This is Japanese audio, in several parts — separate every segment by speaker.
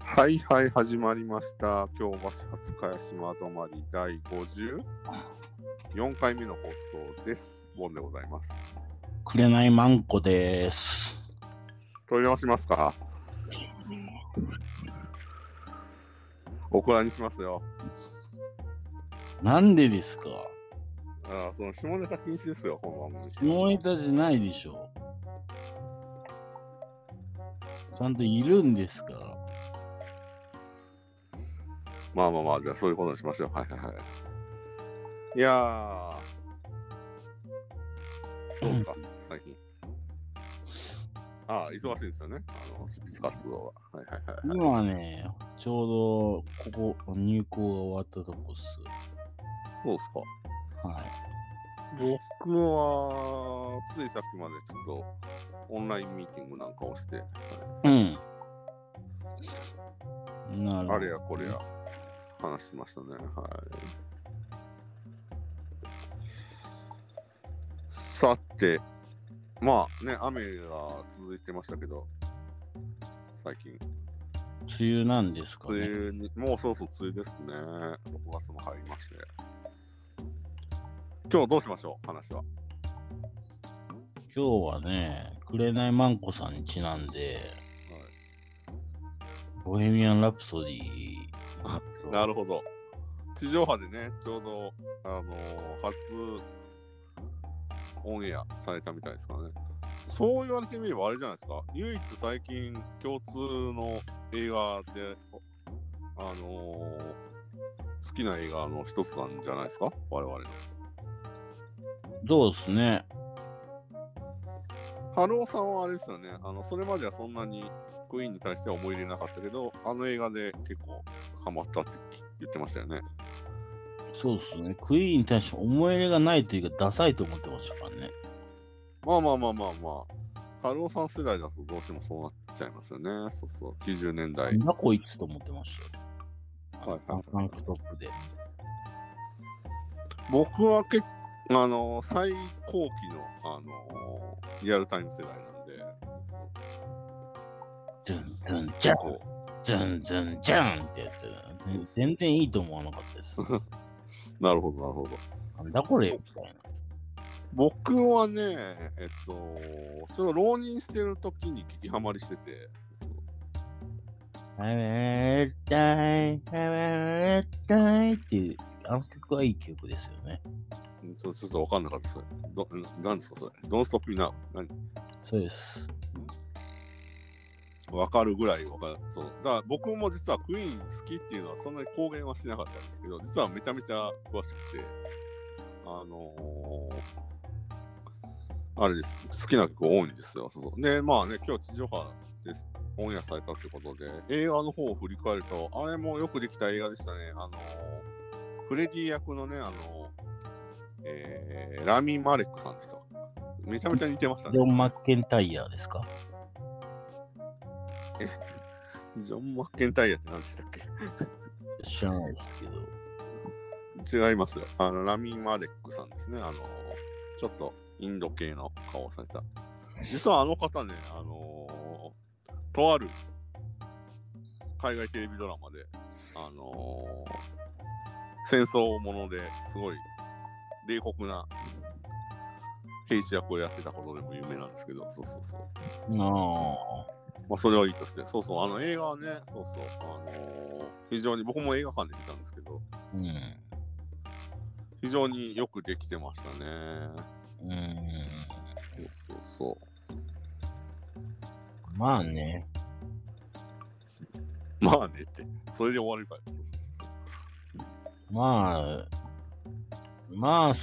Speaker 1: はいはい、始まりました。今日は飛鳥島止まり第54回目の放送です。ボンでございます。
Speaker 2: くれないまんこです。
Speaker 1: 取り直しますかオクラにしますよ。
Speaker 2: なんでですか
Speaker 1: あーその下ネタ禁止ですよ、この番組。
Speaker 2: 下ネタじゃないでしょ。ちゃんといるんですから。
Speaker 1: まあまあまあ、じゃあそういうことにしましょう。はいはいはい。いやー、どうか、最近。ああ、忙しいですよね。あの、執筆活動は。はいはいはい。
Speaker 2: 今ね、ちょうどここ入校が終わったとこっす。
Speaker 1: そうですか。
Speaker 2: はい。
Speaker 1: 僕は、ついさっきまでちょっとオンラインミーティングなんかをして、
Speaker 2: うん。なるほど。
Speaker 1: あれやこれや話しましたね。はい。さて、まあね、雨が続いてましたけど、最近、
Speaker 2: 梅雨なんですか
Speaker 1: 梅
Speaker 2: ね。
Speaker 1: 雨に、もうそろそろ梅雨ですね。6月も入りまして。今日どうしましょう、話は。
Speaker 2: 今日はね、くれないまんこさんにちなんで、ボヘミアン・ラプソディ
Speaker 1: あ
Speaker 2: ー。
Speaker 1: な
Speaker 2: る
Speaker 1: るほど。地上波でね、ちょうど、あのー初オンエアされたみたいですからね。そう言われてみればあれじゃないですか。唯一最近共通の映画で、あのー好きな映画の一つなんじゃないですか我々の。
Speaker 2: どうですね。
Speaker 1: 春尾さんはあれですよね。あの、それまではそんなにクイーンに対しては思い入れなかったけど、あの映画で結構ハマったって言ってましたよね。
Speaker 2: そうですね。クイーンに対して思い入れがないというか、ダサいと思ってましたからね。
Speaker 1: まあまあまあまあまあ。春尾さん世代だとどうしてもそうなっちゃいますよね。そうそう。90年
Speaker 2: な
Speaker 1: 代
Speaker 2: ん。だこいつと思ってましたよ。
Speaker 1: はいはいはい
Speaker 2: タンクトップで。
Speaker 1: 僕は結構、あのー最高期の、あのーリアルタイム世代なんで、
Speaker 2: ズンズンジャン
Speaker 1: こ
Speaker 2: ズンズンジャンってやつ。全全然いいと思わなかったです。
Speaker 1: うなるほど、なるほど。
Speaker 2: なんだこれみたいな。
Speaker 1: 僕はね、えっと、ちょっと浪人してる時に聞きハマりしてて、
Speaker 2: ハメたい、ハメたいっていう、あの曲はいい曲ですよね。
Speaker 1: うんちょちょっとわかんなかったです。どなんですか、それ。Don't stop me now。何
Speaker 2: そうです。
Speaker 1: わかるぐらいわかる。そう。だから僕も実はクイーン好きっていうのはそんなに公言はしなかったんですけど、実はめちゃめちゃ詳しくて、あのーあれです。好きな曲多いんですよ。そうそうで、まあね、今日地上波です。オンエアされたってことで、映画の方を振り返ると、あれもよくできた映画でしたね。あのーフレディ役のね、あのーえーラミ・マレックさんですよ。めちゃめちゃ似てましたね
Speaker 2: ジ。ョン・マッケンタイヤーですか
Speaker 1: ジョン・マッケンタイヤって何でしたっけ
Speaker 2: 知らないですけど。
Speaker 1: 違いますよ。あの、ラミー・マレックさんですね。あの、ちょっとインド系の顔をされた。実はあの方ね、あの、とある海外テレビドラマで、あの、戦争ものですごい冷酷な兵士役をやってたことでも有名なんですけど、そうそうそう。
Speaker 2: ああ。
Speaker 1: まあ、それはいいとして、そうそう、あの映画はね、そうそう、あの、非常に僕も映画館で見たんですけど、
Speaker 2: うん。
Speaker 1: 非常によくできてましたね。
Speaker 2: うん。
Speaker 1: そうそうそ
Speaker 2: まあね。
Speaker 1: う。まあねって、それで終わるかよ。
Speaker 2: まあ、まあ、す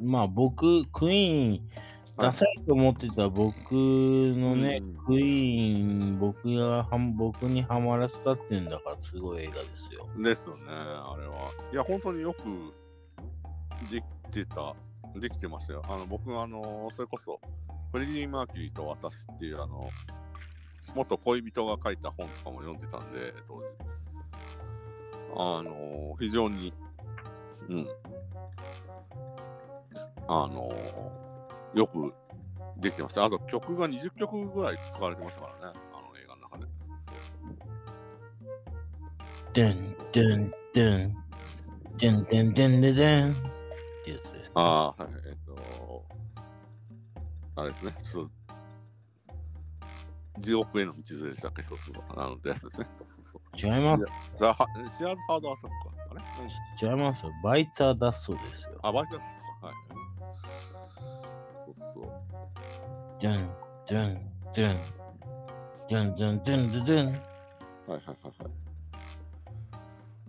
Speaker 2: まあ僕、クイーン、ダサいと思ってた僕のね、
Speaker 1: うん
Speaker 2: クイーン、僕がはん、僕にはまらせたっていうんだから、すごい映画ですよ。
Speaker 1: ですよね、あれは。いや、本当によくできてた、できてましたよ。あの、僕があの、それこそ、フレディ・マーキュリーと私っていう、あの、元恋人が書いた本とかも読んでたんで、当時。あの、非常に、うん。あの、よくできてました。あと曲が20曲ぐらい使われてましたからね、あの映画の中で。そうそう
Speaker 2: でんでんでんでんでんでんでんでんってやつです。
Speaker 1: ああ、はい、えっと、あれですね、そう10億円の道連れでしたっけ、そうそう、あの、やつですね。そうそうそう。
Speaker 2: 違います。
Speaker 1: ザハシアーズハードアサックか。あれ何
Speaker 2: 違いますよ。バイツァーだそうですよ。
Speaker 1: あ、バイトですか。はい。そうそう。
Speaker 2: じゃんじゃんじゃんじゃんじゃんじゃんじゃんじゃん。
Speaker 1: はいはいはいはい。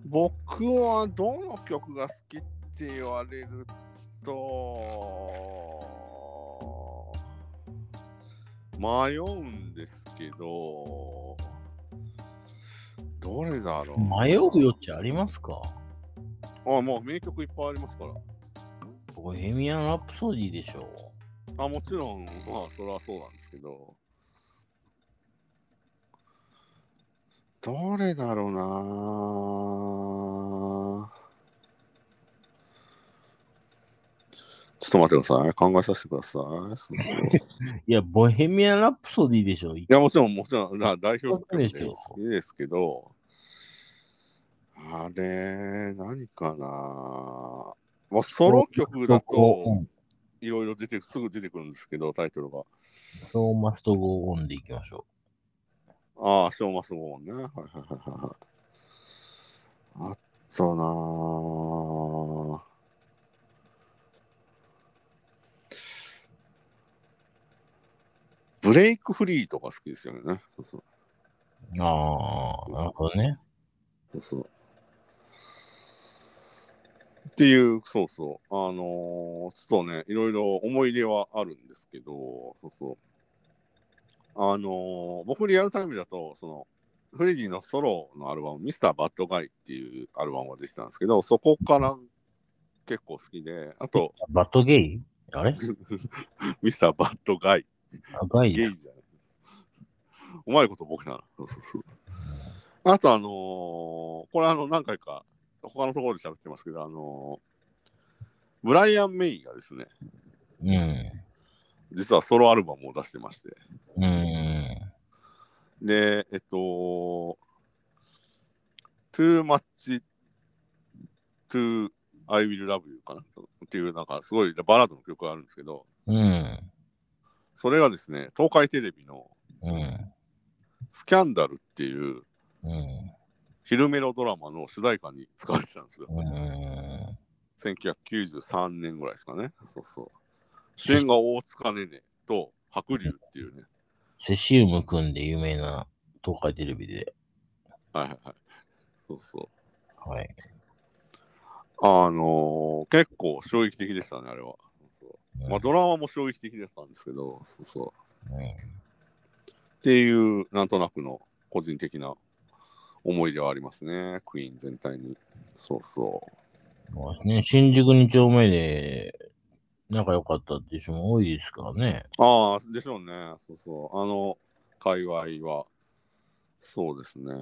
Speaker 1: 僕はどの曲が好きって言われると迷うんですけどどれだろう
Speaker 2: 迷う余地ありますか
Speaker 1: あもう名曲いっぱいありますから
Speaker 2: ボヘミアン・ラプソディでしょう。
Speaker 1: あもちろんまあそれはそうなんですけどどれだろうなちょっと待ってください考えさせてください そうそうい
Speaker 2: いや、ボヘミアン・ラプソディでしょ。
Speaker 1: やもちろんもちろんな代表
Speaker 2: そうですよ
Speaker 1: いいですけどあれ何かなまあソロ曲だ
Speaker 2: う
Speaker 1: と
Speaker 2: ん
Speaker 1: いろいろ出てすぐ出てくるんですけどタイトルが
Speaker 2: そうマストゴーオンでいきましょ
Speaker 1: ああ、ショーマスボーンね。はいはいはいはいはい。あったなぁ。ブレイクフリーとか好きですよね。そうそう。
Speaker 2: う。ああ、なるほどね。
Speaker 1: そうそう。っていう、そうそう。あのーちょっとね、いろいろ思い出はあるんですけど、そうそう。あのー僕リアルタイムだと、その、フレディのソロのアルバム、ミスターバッドガイっていうアルバムが出てたんですけど、そこから結構好きで、あと、
Speaker 2: バットゲイあれ
Speaker 1: ミスターバッドガイ
Speaker 2: あガイ
Speaker 1: ゲイ
Speaker 2: で
Speaker 1: じゃ
Speaker 2: す
Speaker 1: ない。うまいこと僕なの。そうそうそう。あと、あのーこれ、あの、何回か、他のところで喋ってますけど、あのーブライアン・メイがですね、
Speaker 2: うん。
Speaker 1: 実はソロアルバムを出してまして、
Speaker 2: うん。
Speaker 1: で、えっと、Too Much to I Will Love You かなっていう、なんか、すごいバラードの曲があるんですけど、
Speaker 2: うん。
Speaker 1: それがですね、東海テレビの
Speaker 2: うん。
Speaker 1: スキャンダルっていう、
Speaker 2: うん。
Speaker 1: 昼メロドラマの主題歌に使われてたんですよ。
Speaker 2: うん。
Speaker 1: 1993年ぐらいですかね。そうそう。主演が大塚寧々と白龍っていうね。
Speaker 2: セシウムくんで有名な東海テレビで。
Speaker 1: はいはいはい。そうそう。
Speaker 2: はい。
Speaker 1: あのー結構衝撃的でしたね、あれは。そうそうまあ、
Speaker 2: う
Speaker 1: ドラマも衝撃的だったんですけど、そうそう。
Speaker 2: ん
Speaker 1: っていう、なんとなくの個人的な思い出はありますね。クイーン全体に。そうそう。
Speaker 2: まあね、新宿2丁目で仲良かったっていう人も多いですからね。
Speaker 1: ああ、でしょうね。そうそう。あの、界隈は、そうですね。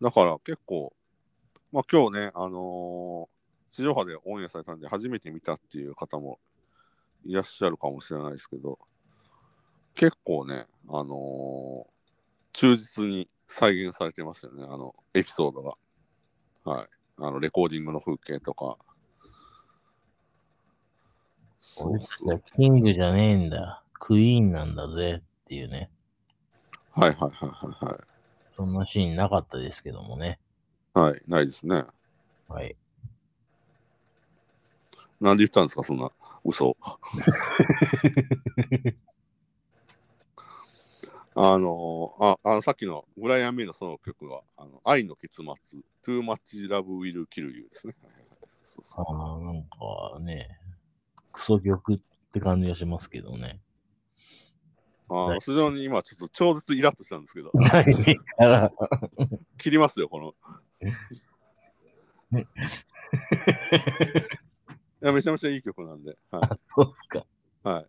Speaker 1: だから結構、まあ今日ね、あのー地上波でオンエアされたんで、初めて見たっていう方もいらっしゃるかもしれないですけど、結構ね、あのー忠実に再現されてましたよね、あの、エピソードが。はい。あの、レコーディングの風景とか。そうそう。
Speaker 2: キングじゃねえんだ。クイーンなんだぜっていうね。
Speaker 1: はいはいはいは
Speaker 2: そんなシーンなかったですけどもね。
Speaker 1: いはい。はい、ないですね。
Speaker 2: はい。
Speaker 1: なんで言ったんですか、そんな 嘘。あのーあ、あのさっきのブライアン・メイのその曲は、あの愛の結末、Too Much Love Will Kill You ですね。はいはいはいそうそう
Speaker 2: ああ、なんかね、クソ曲って感じがしますけどね。
Speaker 1: あー非常に今ちょっと超絶イラッとしたんですけど、
Speaker 2: から
Speaker 1: 切りますよ、この。いやめちゃめちゃいい曲なんで。はい
Speaker 2: そうっすか。
Speaker 1: はい。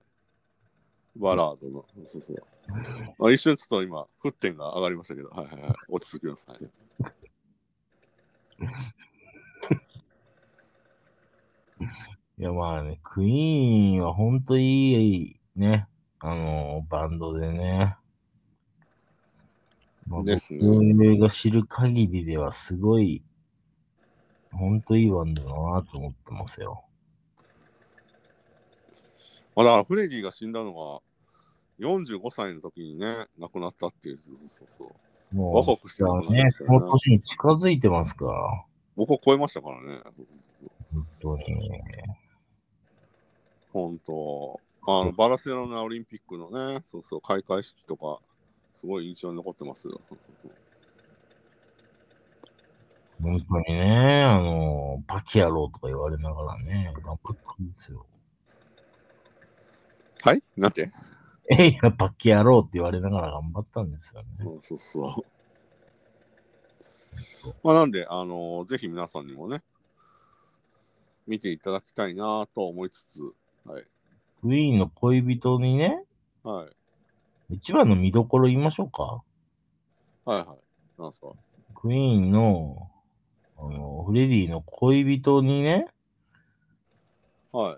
Speaker 1: バラードの。そうそうまあ、一瞬ちょっと今、沸点が上がりましたけど、はいはいはい。落ち着きます。はい、
Speaker 2: いや、まあね、クイーンはほんといい、ね、あのーバンドでね。まあ、
Speaker 1: ですね
Speaker 2: 僕が知る限りではすごい、ほんといいバンドだなと思ってますよ。
Speaker 1: まあ、だからフレディが死んだのが45歳の時にね、亡くなったっていう、そうそうそう。
Speaker 2: もう、
Speaker 1: 若くして亡くなり
Speaker 2: ね
Speaker 1: まし、たよ
Speaker 2: そ
Speaker 1: ね
Speaker 2: の年に近づいてますから、
Speaker 1: 僕を超えましたからね、
Speaker 2: 本当に。
Speaker 1: 本当あのバラセロナオリンピックのね、そうそう、開会式とか、すごい印象に残ってますよ。
Speaker 2: 本当にね、あの、バキ野郎とか言われながらね、頑張ったんですよ。
Speaker 1: はいなんて
Speaker 2: えいや、バキ野郎って言われながら頑張ったんですよね。
Speaker 1: うん、そうそう。まあ、なんで、あのぜひ皆さんにもね、見ていただきたいなと思いつつ、はい。
Speaker 2: クイーンの恋人にね、
Speaker 1: はい。
Speaker 2: 一番の見どころ言いましょうか。
Speaker 1: はいはい。なんすか
Speaker 2: クイーンの、あの、フレディの恋人にね、
Speaker 1: はい。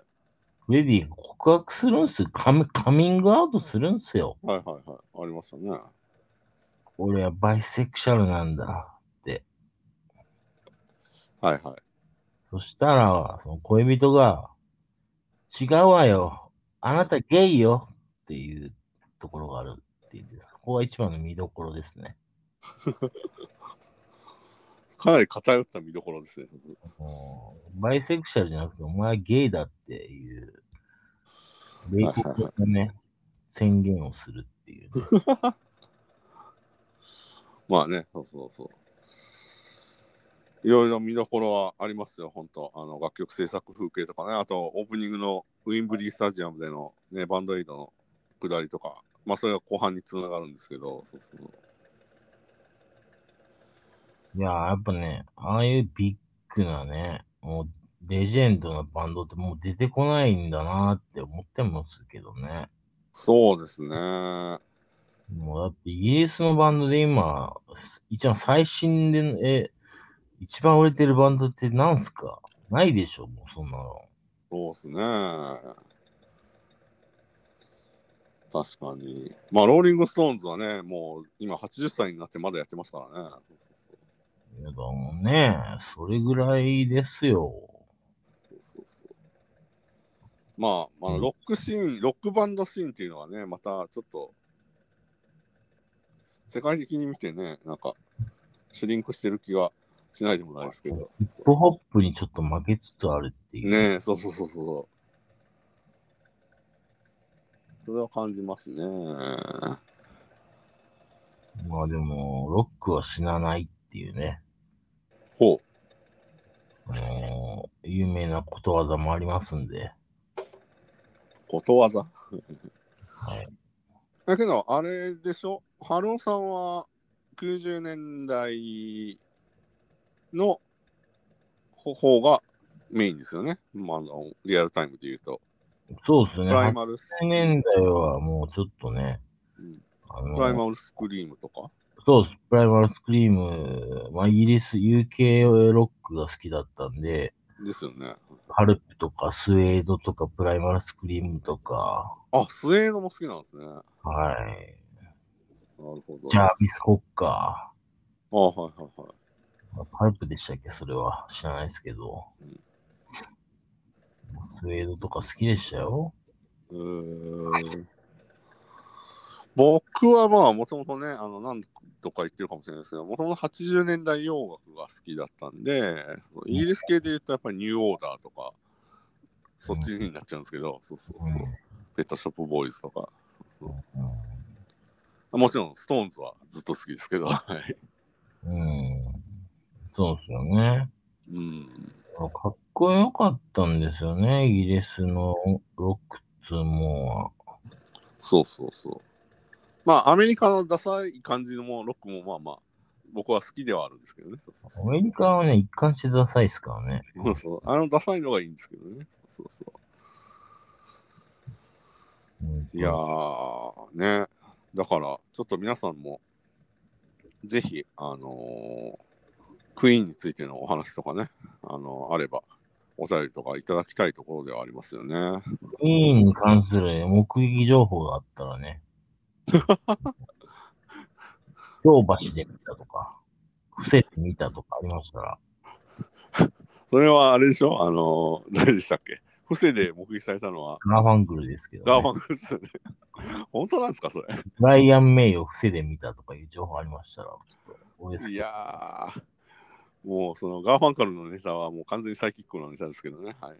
Speaker 2: フレディが告白するんすよ。カミカミングアウトするんすよ。
Speaker 1: はいはいはい。ありましたね。
Speaker 2: 俺はバイセクシャルなんだ。
Speaker 1: はいはい。
Speaker 2: そしたら、その恋人が、違うわよ。あなたゲイよ。っていうところがあるっていうんです。そこが一番の見どころですね。
Speaker 1: かなり偏った見どころですね。
Speaker 2: もうバイセクシャルじゃなくて、お前はゲイだっていう、米国のね、宣言をするっていう、ね。
Speaker 1: まあね、そうそうそう。いろいろ見どころはありますよ、本当あの楽曲制作風景とかね、あとオープニングのウィンブリースタジアムでの、ね、バンドエイドの下りとか、まあそれが後半につながるんですけど、そうそう
Speaker 2: いやー、やっぱね、ああいうビッグなね、もうレジェンドのバンドってもう出てこないんだなって思ってますけどね。
Speaker 1: そうですね。は
Speaker 2: もうだってイギリスのバンドで今、一番最新で、え、一番売れてるバンドってなんすかないでしょ、もうそんなの。
Speaker 1: そうですね。確かに。まあ、ローリング・ストーンズはね、もう今80歳になってまだやってますからね。
Speaker 2: いやだもんね、それぐらいですよ。
Speaker 1: そうそうそうまあ、まあ、
Speaker 2: うん
Speaker 1: ロックシーン、ロックバンドシーンっていうのはね、またちょっと、世界的に見てね、なんか、シュリンクしてる気がしないでもないですけど。
Speaker 2: ヒップホップにちょっと負けつつあるっていう。
Speaker 1: ねえ、そうそうそうそう。それは感じますね。
Speaker 2: まあでも、ロックは死なないっていうね、
Speaker 1: ほう。
Speaker 2: あのー有名なことわざもありますんで。
Speaker 1: こと わざ。
Speaker 2: はい、
Speaker 1: だけど、あれでしょ春尾さんは90年代の方がメインですよね。まあ、あのリアルタイムで言うと。
Speaker 2: そうです
Speaker 1: プ
Speaker 2: ね。
Speaker 1: ライ
Speaker 2: 80
Speaker 1: マルス、
Speaker 2: 年代はもうちょっとね、
Speaker 1: うん
Speaker 2: あのー
Speaker 1: プライマルスクリームとか。
Speaker 2: そうです。プライマルスクリーム、まあ、イギリス、UK ロックが好きだったんで、
Speaker 1: ですよね。
Speaker 2: ハルプとかスウェードとかプライマルスクリームとか、
Speaker 1: あ、スウェードも好きなんですね。なる
Speaker 2: はい。
Speaker 1: ほど。
Speaker 2: ジャービス国家。
Speaker 1: あ、はいはいはい。
Speaker 2: まあハルプでしたっけそれは知らないですけど
Speaker 1: うん。
Speaker 2: スウェードとか好きでしたよ。
Speaker 1: えー僕はまあ、もともとね、あの、何度か言ってるかもしれないですけど、もともと80年代洋楽が好きだったんで、そのイギリス系で言うとやっぱりニューオーダーとか、そっちになっちゃうんですけど、そうそうそう、ペットショップボーイズとか、もちろんストーンズはずっと好きですけど、 はい。
Speaker 2: うん。うんそうですよね。
Speaker 1: うん。
Speaker 2: かっこよかったんですよね。イギリスのロックっつうもんは。
Speaker 1: そうそうそう。まあ、アメリカのダサい感じのもロックもまあまあ、僕は好きではあるんですけどね。そうそうそう
Speaker 2: アメリカはね、一貫してダサいですからね。
Speaker 1: そうそう。あのダサいのがいいんですけどね。そうそう。
Speaker 2: うん
Speaker 1: いやー、ね。だから、ちょっと皆さんも、ぜひ、あのークイーンについてのお話とかね、あのーあれば、お便りとかいただきたいところではありますよね。
Speaker 2: クイーンに関 する目撃情報があったらね、京橋で見たとか、伏せて見たとかありましたら、
Speaker 1: それはあれでしょあのー、誰でしたっけ伏せで目撃されたのは
Speaker 2: ガーファンクルですけど、
Speaker 1: ガーファン
Speaker 2: ね、
Speaker 1: クルですよね。本当なんですかそれ。
Speaker 2: ブライアン・メイを伏せで見たとかいう情報ありましたら、ちょっと、おです
Speaker 1: いやー。もうそのガーファンカルのネタはもう完全にサイキックのネタですけどね。 はい。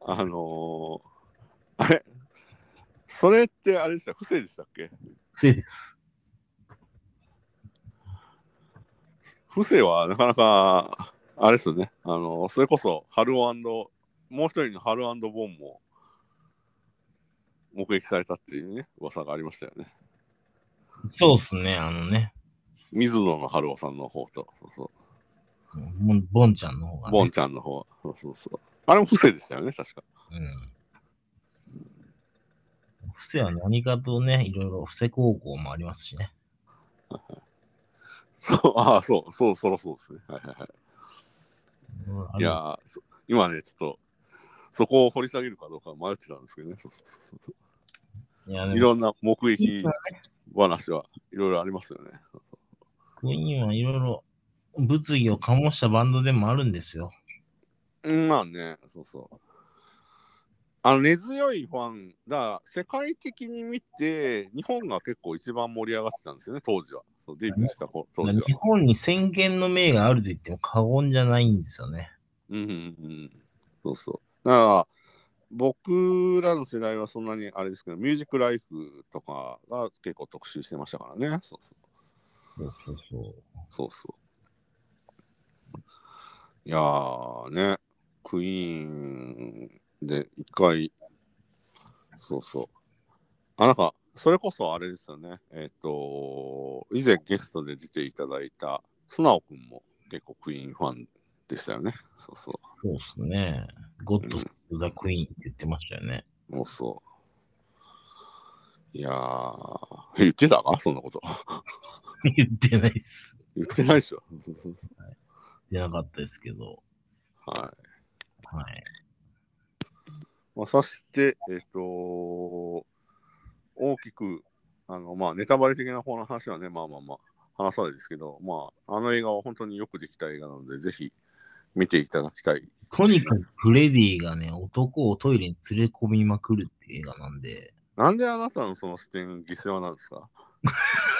Speaker 1: あのー、あれそれってあれでした不正でしたっけ
Speaker 2: 伏せです。
Speaker 1: 不正はなかなか、あれですよね。あの、それこそ、ハルオもう一人のハルボンも目撃されたっていうね、噂がありましたよね。
Speaker 2: そうですね、あのね、
Speaker 1: 水野のハルオさんの方と、そうそ
Speaker 2: ボンボンちゃんの方が、
Speaker 1: う、
Speaker 2: ね。
Speaker 1: ボンちゃんの方、そうそうそう。あれも不正でしたよね、確か。
Speaker 2: うん。布施は何かとね、いろいろ布施高校もありますしね。
Speaker 1: そう、ああ、そう、そう、そろそうですね。はいはいは
Speaker 2: うんあ
Speaker 1: い。い
Speaker 2: る
Speaker 1: やー、そ今ね、ちょっと、そこを掘り下げるかどうか迷ってたんですけどね、そうそうそうそう。
Speaker 2: いやでも
Speaker 1: いろんな目撃話はいろいろありますよね。
Speaker 2: クイーンはいろいろ物議を醸したバンドでもあるんですよ。
Speaker 1: うんまあね、そうそう。あの根強いファン、だから世界的に見て、日本が結構一番盛り上がってたんですよね、当時は。そうデビューした頃当時
Speaker 2: 日
Speaker 1: は。
Speaker 2: 本に先見の明があると言っても過言じゃないんですよね。
Speaker 1: うんうんうん。そうそう。だから、僕らの世代はそんなにあれですけど、ミュージックライフとかが結構特集してましたからね。そうそう。
Speaker 2: そうそうそう。
Speaker 1: そうそう。いやーね、クイーンで一回、そうそう。あ、なんか、それこそあれですよね。えっ、と、以前ゲストで出ていただいた素直くんも結構クイーンファンでしたよね。そうそ
Speaker 2: そうですね。ゴッド・ザ・クイーンって言ってましたよね。
Speaker 1: う。もうそう。いやー、え言ってたかそんなこと。
Speaker 2: 言ってないっす。
Speaker 1: 言ってないでしょ。
Speaker 2: 言ってなかったですけど。
Speaker 1: はい。
Speaker 2: はい。
Speaker 1: まあ、さして、えっ、と大きく、あの、まあ、ネタバレ的な方の話はね、まあまあまあ、話さないですけど、まあ、あの映画は本当によくできた映画なので、ぜひ見ていただきたい。
Speaker 2: とにかくフレディがね、男をトイレに連れ込みまくるっていう映画なんで、
Speaker 1: なんであなたのその視点、犠牲はなんですか あ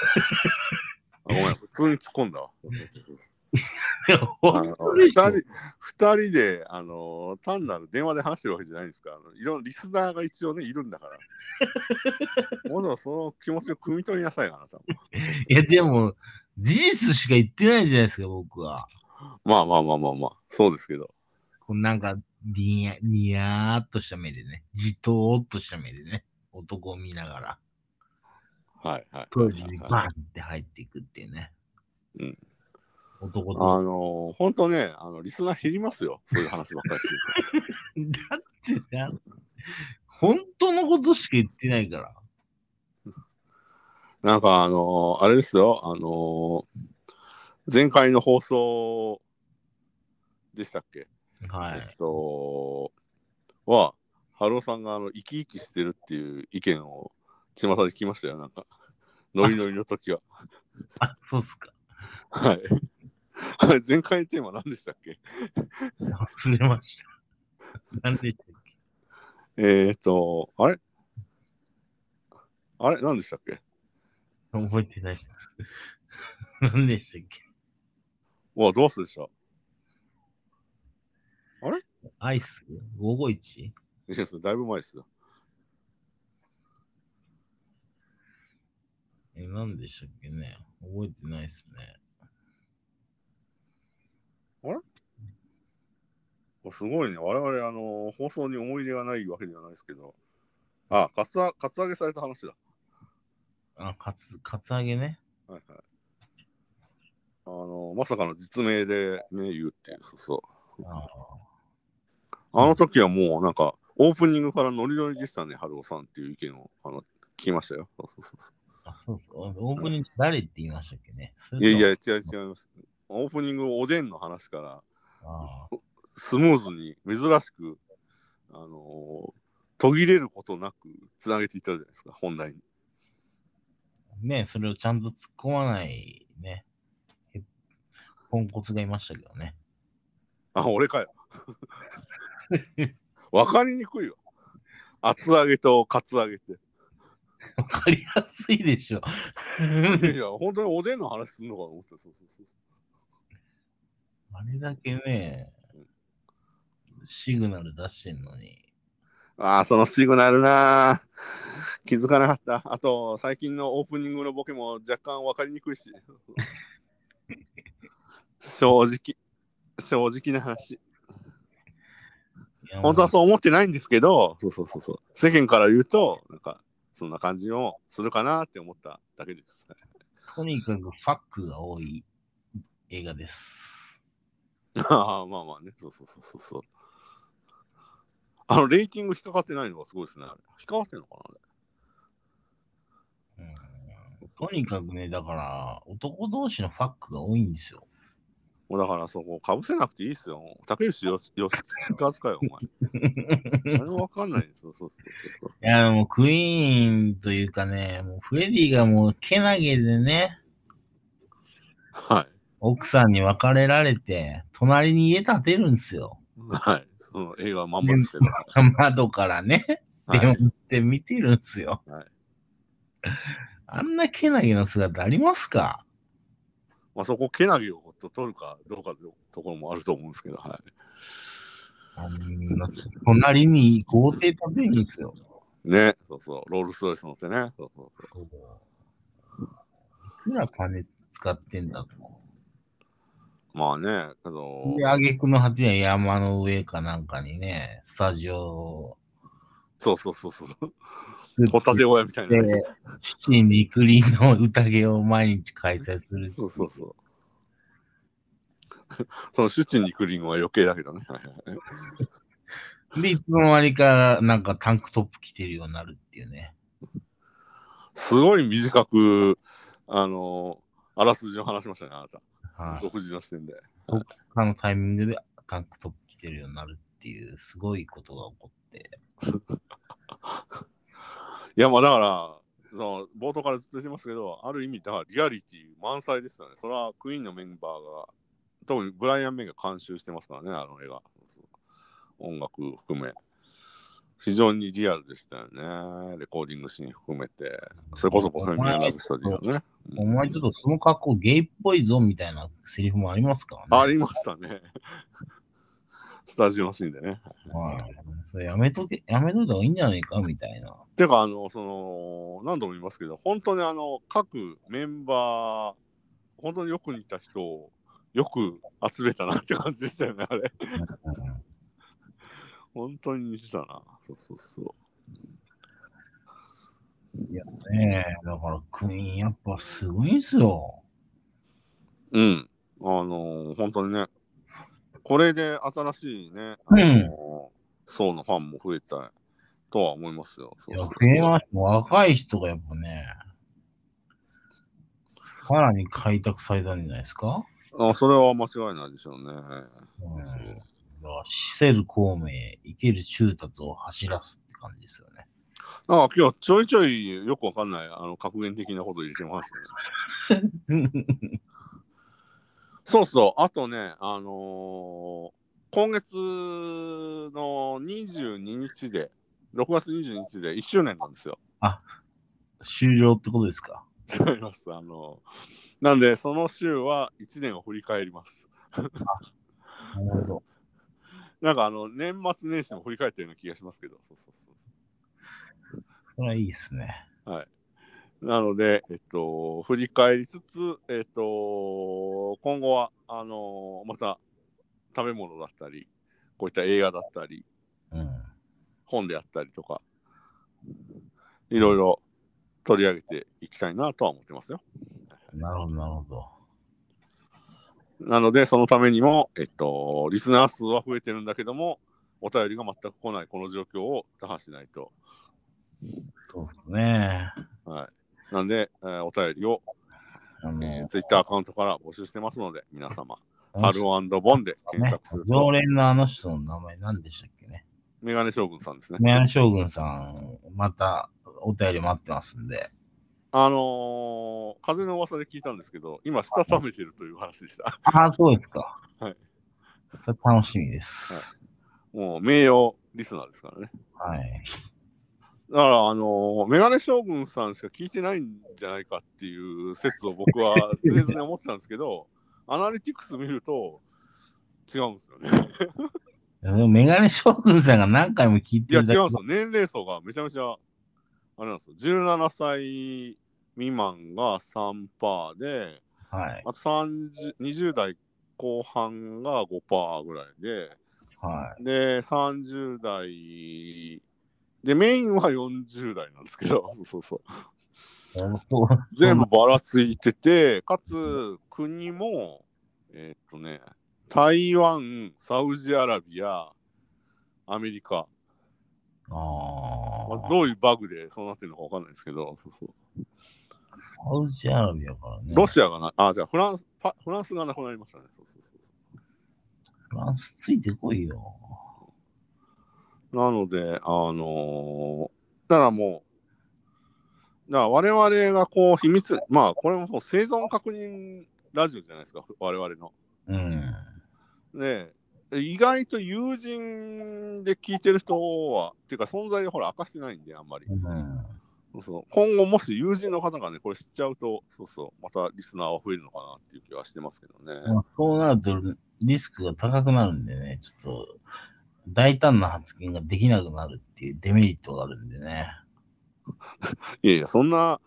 Speaker 1: ごめん、普通に突っ込んだわ。
Speaker 2: いや、
Speaker 1: あ
Speaker 2: 本
Speaker 1: の
Speaker 2: 当
Speaker 1: 二
Speaker 2: でしょ
Speaker 1: 人二人で、あの単なる電話で話してるわけじゃないんですから、あのいろんなリスナーが一応ね、いるんだ から。ものその気持ちを汲み取りなさいよ、あなたも。
Speaker 2: いや、でも、事実しか言ってないじゃないですか、僕は。
Speaker 1: まあまあまあまあまあ、そうですけど。
Speaker 2: このなんか、にや、にやーっとした目でね、じとーっとした目でね、男を見ながら、
Speaker 1: はいはい。
Speaker 2: トイレに
Speaker 1: はい
Speaker 2: バンって入っていくっていうね。
Speaker 1: うん。
Speaker 2: 男
Speaker 1: あ
Speaker 2: と。
Speaker 1: のー、本当ね、あのリスナー減りますよ、そういう話ばっかりして る
Speaker 2: だってな、本当のことしか言ってないから。
Speaker 1: と。なんか、あのーあれですよ、あのー前回の放送でしたっけ、
Speaker 2: は
Speaker 1: えっ
Speaker 2: い。
Speaker 1: と、は、春尾さんがあの生き生きしてるっていう意見を巷で聞きましたよ、なん か。ノリノリの時は。
Speaker 2: あ、そうっすか。
Speaker 1: はい。あれ、 前回のテーマ何でしたっけ
Speaker 2: 忘れました。何でしたっけ
Speaker 1: えっ、と、あれあれ何でしたっけ
Speaker 2: 覚えてないです。何でしたっけ
Speaker 1: うわ、どうするでした
Speaker 2: アイス ?551?
Speaker 1: いやそれだいぶ前ですよ。
Speaker 2: え、何でしたっけね覚えてないっす
Speaker 1: おすごいね。我々、あの放送に思い出がないわけではないですけど。あ、カツア、カツアゲされた話だ。
Speaker 2: ね。あ、カツ、カツアゲね。
Speaker 1: はいはい。あのまさかの実名でね、言うっていう、そうそ
Speaker 2: あ
Speaker 1: う。あの時はもう、なんか、オープニングからノリノリでしたね、春尾さんっていう意見を、あの、聞きましたよ。そうそうそうそ
Speaker 2: ーあ、そうっすか。オープニング誰って言いましたっけね
Speaker 1: ういやいや、
Speaker 2: や。
Speaker 1: 違う違います。オープニングおでんの話から、
Speaker 2: あー
Speaker 1: スムーズに、珍しく、あの途切れることなくつなげていったじゃないですか、本題に。
Speaker 2: ね、それをちゃんと突っ込まないね、へポンコツがいましたけ どね。
Speaker 1: あ、俺かよ。わかりにくいよ。厚揚げとカツ揚げって。
Speaker 2: わかりやすいでしょ。
Speaker 1: いやいや、本当におでんの話するのかと思ってた。そうそうそう
Speaker 2: あれだけね、シグナル出してんのに。
Speaker 1: ああ、そのシグナルなー気づかなかった。あと、最近のオープニングのボケも若干わかりにくいし。 正直、正直な話。本当は
Speaker 2: そ
Speaker 1: そう思ってないんですけど、そうそうそうそう。世間から言うと、なんか、そんな感じをするかなって思っただけです。
Speaker 2: とにかくファックが多い映画です。
Speaker 1: ああ、まあまあね。そうそうそうそうそう。あの、レーティング引っかかってないのがすごいですね。あれ引っかかってんのかなあれ
Speaker 2: うんとにかくね、だから男同士のファックが多いんですよ。
Speaker 1: もうだから、そこ、かぶせなくていいっすよ。竹内よし、よし、扱いよ、お前。あれわかんないですよ。そうそうそうそ
Speaker 2: いや、もうクイーンというかね、もうフレディがもうけなげでね、
Speaker 1: う。はい。
Speaker 2: 奥さんに別れられて、隣に家建てるんですよ。
Speaker 1: はい。その映画はまんまですけど。
Speaker 2: 窓からね、
Speaker 1: はい
Speaker 2: 電話して見てるんですよ。
Speaker 1: はい
Speaker 2: あんなけなげな姿ありますか
Speaker 1: まあ、そこ、けなげを取るかどうかのところもあると思うんですけど、はい。
Speaker 2: あんな隣に豪邸建てるんですよ。
Speaker 1: ね、そうそう、ロールスロイス乗ってね。そうそうそう
Speaker 2: いくら金使ってんだと。
Speaker 1: まあね、あの
Speaker 2: で、挙句の果てには山の上かなんかにね、スタジオを
Speaker 1: そうそうそうそう。
Speaker 2: 作って
Speaker 1: ホタテ小屋みたいな。
Speaker 2: で、父にくりの宴を毎日開催する。
Speaker 1: そうそうそう。そのシュチにクリンは余計だけどね。はいはいはい
Speaker 2: で、いつの間にか、なんかタンクトップ着てるようになるっていうね。
Speaker 1: すごい短く、あのあらすじを話しましたね、あなた。
Speaker 2: はい。
Speaker 1: 独自の視点で。
Speaker 2: 他のタイミングでタンクトップ着てるようになるっていう、すごいことが起こって。
Speaker 1: いや、まあだから、その冒頭からずっと言ってますけど、ある意味、だからリアリティ満載でしたね。それはクイーンのメンバーが、特にブライアン・メイが監修してますからね、あの映画。そう音楽含め。非常にリアルでしたよね。レコーディングシーン含めて。それこそボヘミアン・ラブスタディのね。
Speaker 2: お前ちょっとその格好ゲイっぽいぞみたいなセリフもありますからね。
Speaker 1: ありましたね。スタジオのシーンでね。
Speaker 2: はいそれやめとけ、やめといた方がいいんじゃないかみた いな。
Speaker 1: てか、あの、その、何度も言いますけど、本当にあの、各メンバー、本当によく似た人をよく集めたなって感じでしたよね、あれ。 本当に似てたな。そうそうそ
Speaker 2: ねえ、だからクイーンやっぱすごいんすよ。
Speaker 1: う。うん。あの、本当にね、これで新しいね、あの、層のファンも増えたとは思いますよ。そ
Speaker 2: いう
Speaker 1: そう、
Speaker 2: やクイーンは若い人がやっぱね、さらに開拓されたんじゃないですか、
Speaker 1: あそれは間違いないでしょうね。
Speaker 2: うん、だか
Speaker 1: そう
Speaker 2: らシセル孔明、生ける中達を走らすって感じですよね。
Speaker 1: なんか今日ちょいちょいよくわかんないあの格言的なこと入れてますね。 そうそう、あとね、あのー今月の22日で、6月22日で1周年なんですよ。
Speaker 2: 終了ってことですか
Speaker 1: 違います。あのーなんで、その週は1年を振り返ります。
Speaker 2: なるほど。
Speaker 1: なんかあの、年末年始も振り返ったような気がしますけど、そうそうそう。
Speaker 2: それはいいっすね。
Speaker 1: なので、えっと、振り返りつつ、えっと、今後は、あのまた、食べ物だったり、こういった映画だったり、
Speaker 2: うん。
Speaker 1: 本であったりとか、いろいろ取り上げていきたいなとは思ってますよ。
Speaker 2: なるほど、なるほど。
Speaker 1: なので、そのためにも、えっと、リスナー数は増えてるんだけども、お便りが全く来ないこの状況を打破しないと。
Speaker 2: そうっすね。
Speaker 1: はい。なんで、えーお便りを、
Speaker 2: あ
Speaker 1: え
Speaker 2: の、
Speaker 1: ツイッター Twitter アカウントから募集してますので、皆様、
Speaker 2: あの
Speaker 1: ハローボンで検
Speaker 2: ね
Speaker 1: 索する、と
Speaker 2: 常連のあの人の名前何でしたっけね
Speaker 1: メガネ将軍さんですね。
Speaker 2: メアン将軍さん、またお便り待ってますんで。
Speaker 1: あのー、風の噂で聞いたんですけど、今、したためてるという話でした。
Speaker 2: ああ、そうですか。
Speaker 1: はい。
Speaker 2: それ楽しみです。
Speaker 1: もう名誉リスナーですからね。
Speaker 2: はい。
Speaker 1: だから、あのーメガネ将軍さんしか聞いてないんじゃないかっていう説を僕 は常々思ってたんですけど、アナリティクス見ると違うんですよね。
Speaker 2: でもメガネ将軍さんが何回も聞い
Speaker 1: い
Speaker 2: て
Speaker 1: や、
Speaker 2: る
Speaker 1: 違
Speaker 2: だけ
Speaker 1: うんですよ。年齢層がめちゃめちゃ、あれなんですよ。17歳未満が3%で、
Speaker 2: はい。
Speaker 1: あと30 20代後半が5%ぐらいで、
Speaker 2: は
Speaker 1: で、30代、で、メインは40代なんですけど、そうそうそう。
Speaker 2: い。そう。
Speaker 1: 全部ばらついてて、かつ国も、えーっとね、台湾、サウジアラビア、アメリカ、
Speaker 2: あ
Speaker 1: まあ
Speaker 2: あ。
Speaker 1: どういうバグでそうなってるのかわかんないですけど、そうそう
Speaker 2: サウジアラビアからね。
Speaker 1: ロシアがな、あ、じゃあフランス、パフランスがなくなりましたね。そうそうそ
Speaker 2: フランスついてこいよ。
Speaker 1: うなので、あのーだからもう、だから我々がこう秘密、まあこれももう生存確認ラジオじゃないですか、我々の。
Speaker 2: うん。
Speaker 1: ねえ意外と友人で聞いてる人は、っていうか存在をほら明かしてないんで、あんまり
Speaker 2: う。ん。
Speaker 1: そうそう今後もし友人の方がね、これ知っちゃうと、そうそう、またリスナーは増えるのかなっていう気はしてますけどね。
Speaker 2: まあ、そうなるとリスクが高くなるんでね、ちょっと大胆な発言ができなくなるっていうデメリットがあるんでね。
Speaker 1: いやいや、そんな、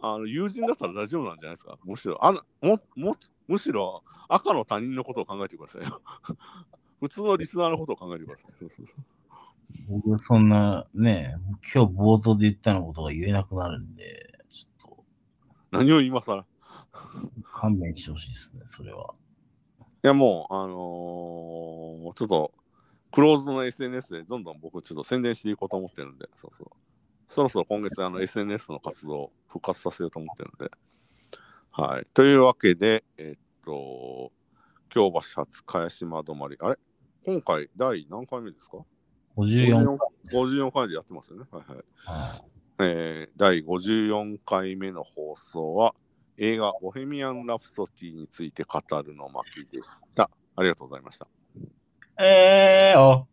Speaker 1: あの友人だったら大丈夫なんじゃないですか。むしろ、あのももむしろ赤の他人のことを考えてくださいよ。 普通のリスナーのことを考えてください。そうそうそう
Speaker 2: 僕、そんなね、今日冒頭で言ったようなことが言えなくなるんで、ちょ
Speaker 1: 何を今更。
Speaker 2: っと勘弁してほしいですね、それは。
Speaker 1: いやもう、あのーちょっと、クローズの SNS でどんどん僕ちょっと宣伝していこうと思ってるんで、そうそう。そろそろ今月、あの、SNS の活動を復活させようと思ってるんで。はい。というわけで、えっと、京橋初茅島止まり。あれ今回、第何回目ですか
Speaker 2: 54回。
Speaker 1: 54回でやってますよね。はいはい。
Speaker 2: は
Speaker 1: えー第54回目の放送は、映画ボヘミアン・ラプソディについて語るの巻でした。ありがとうございました。
Speaker 2: いえー、お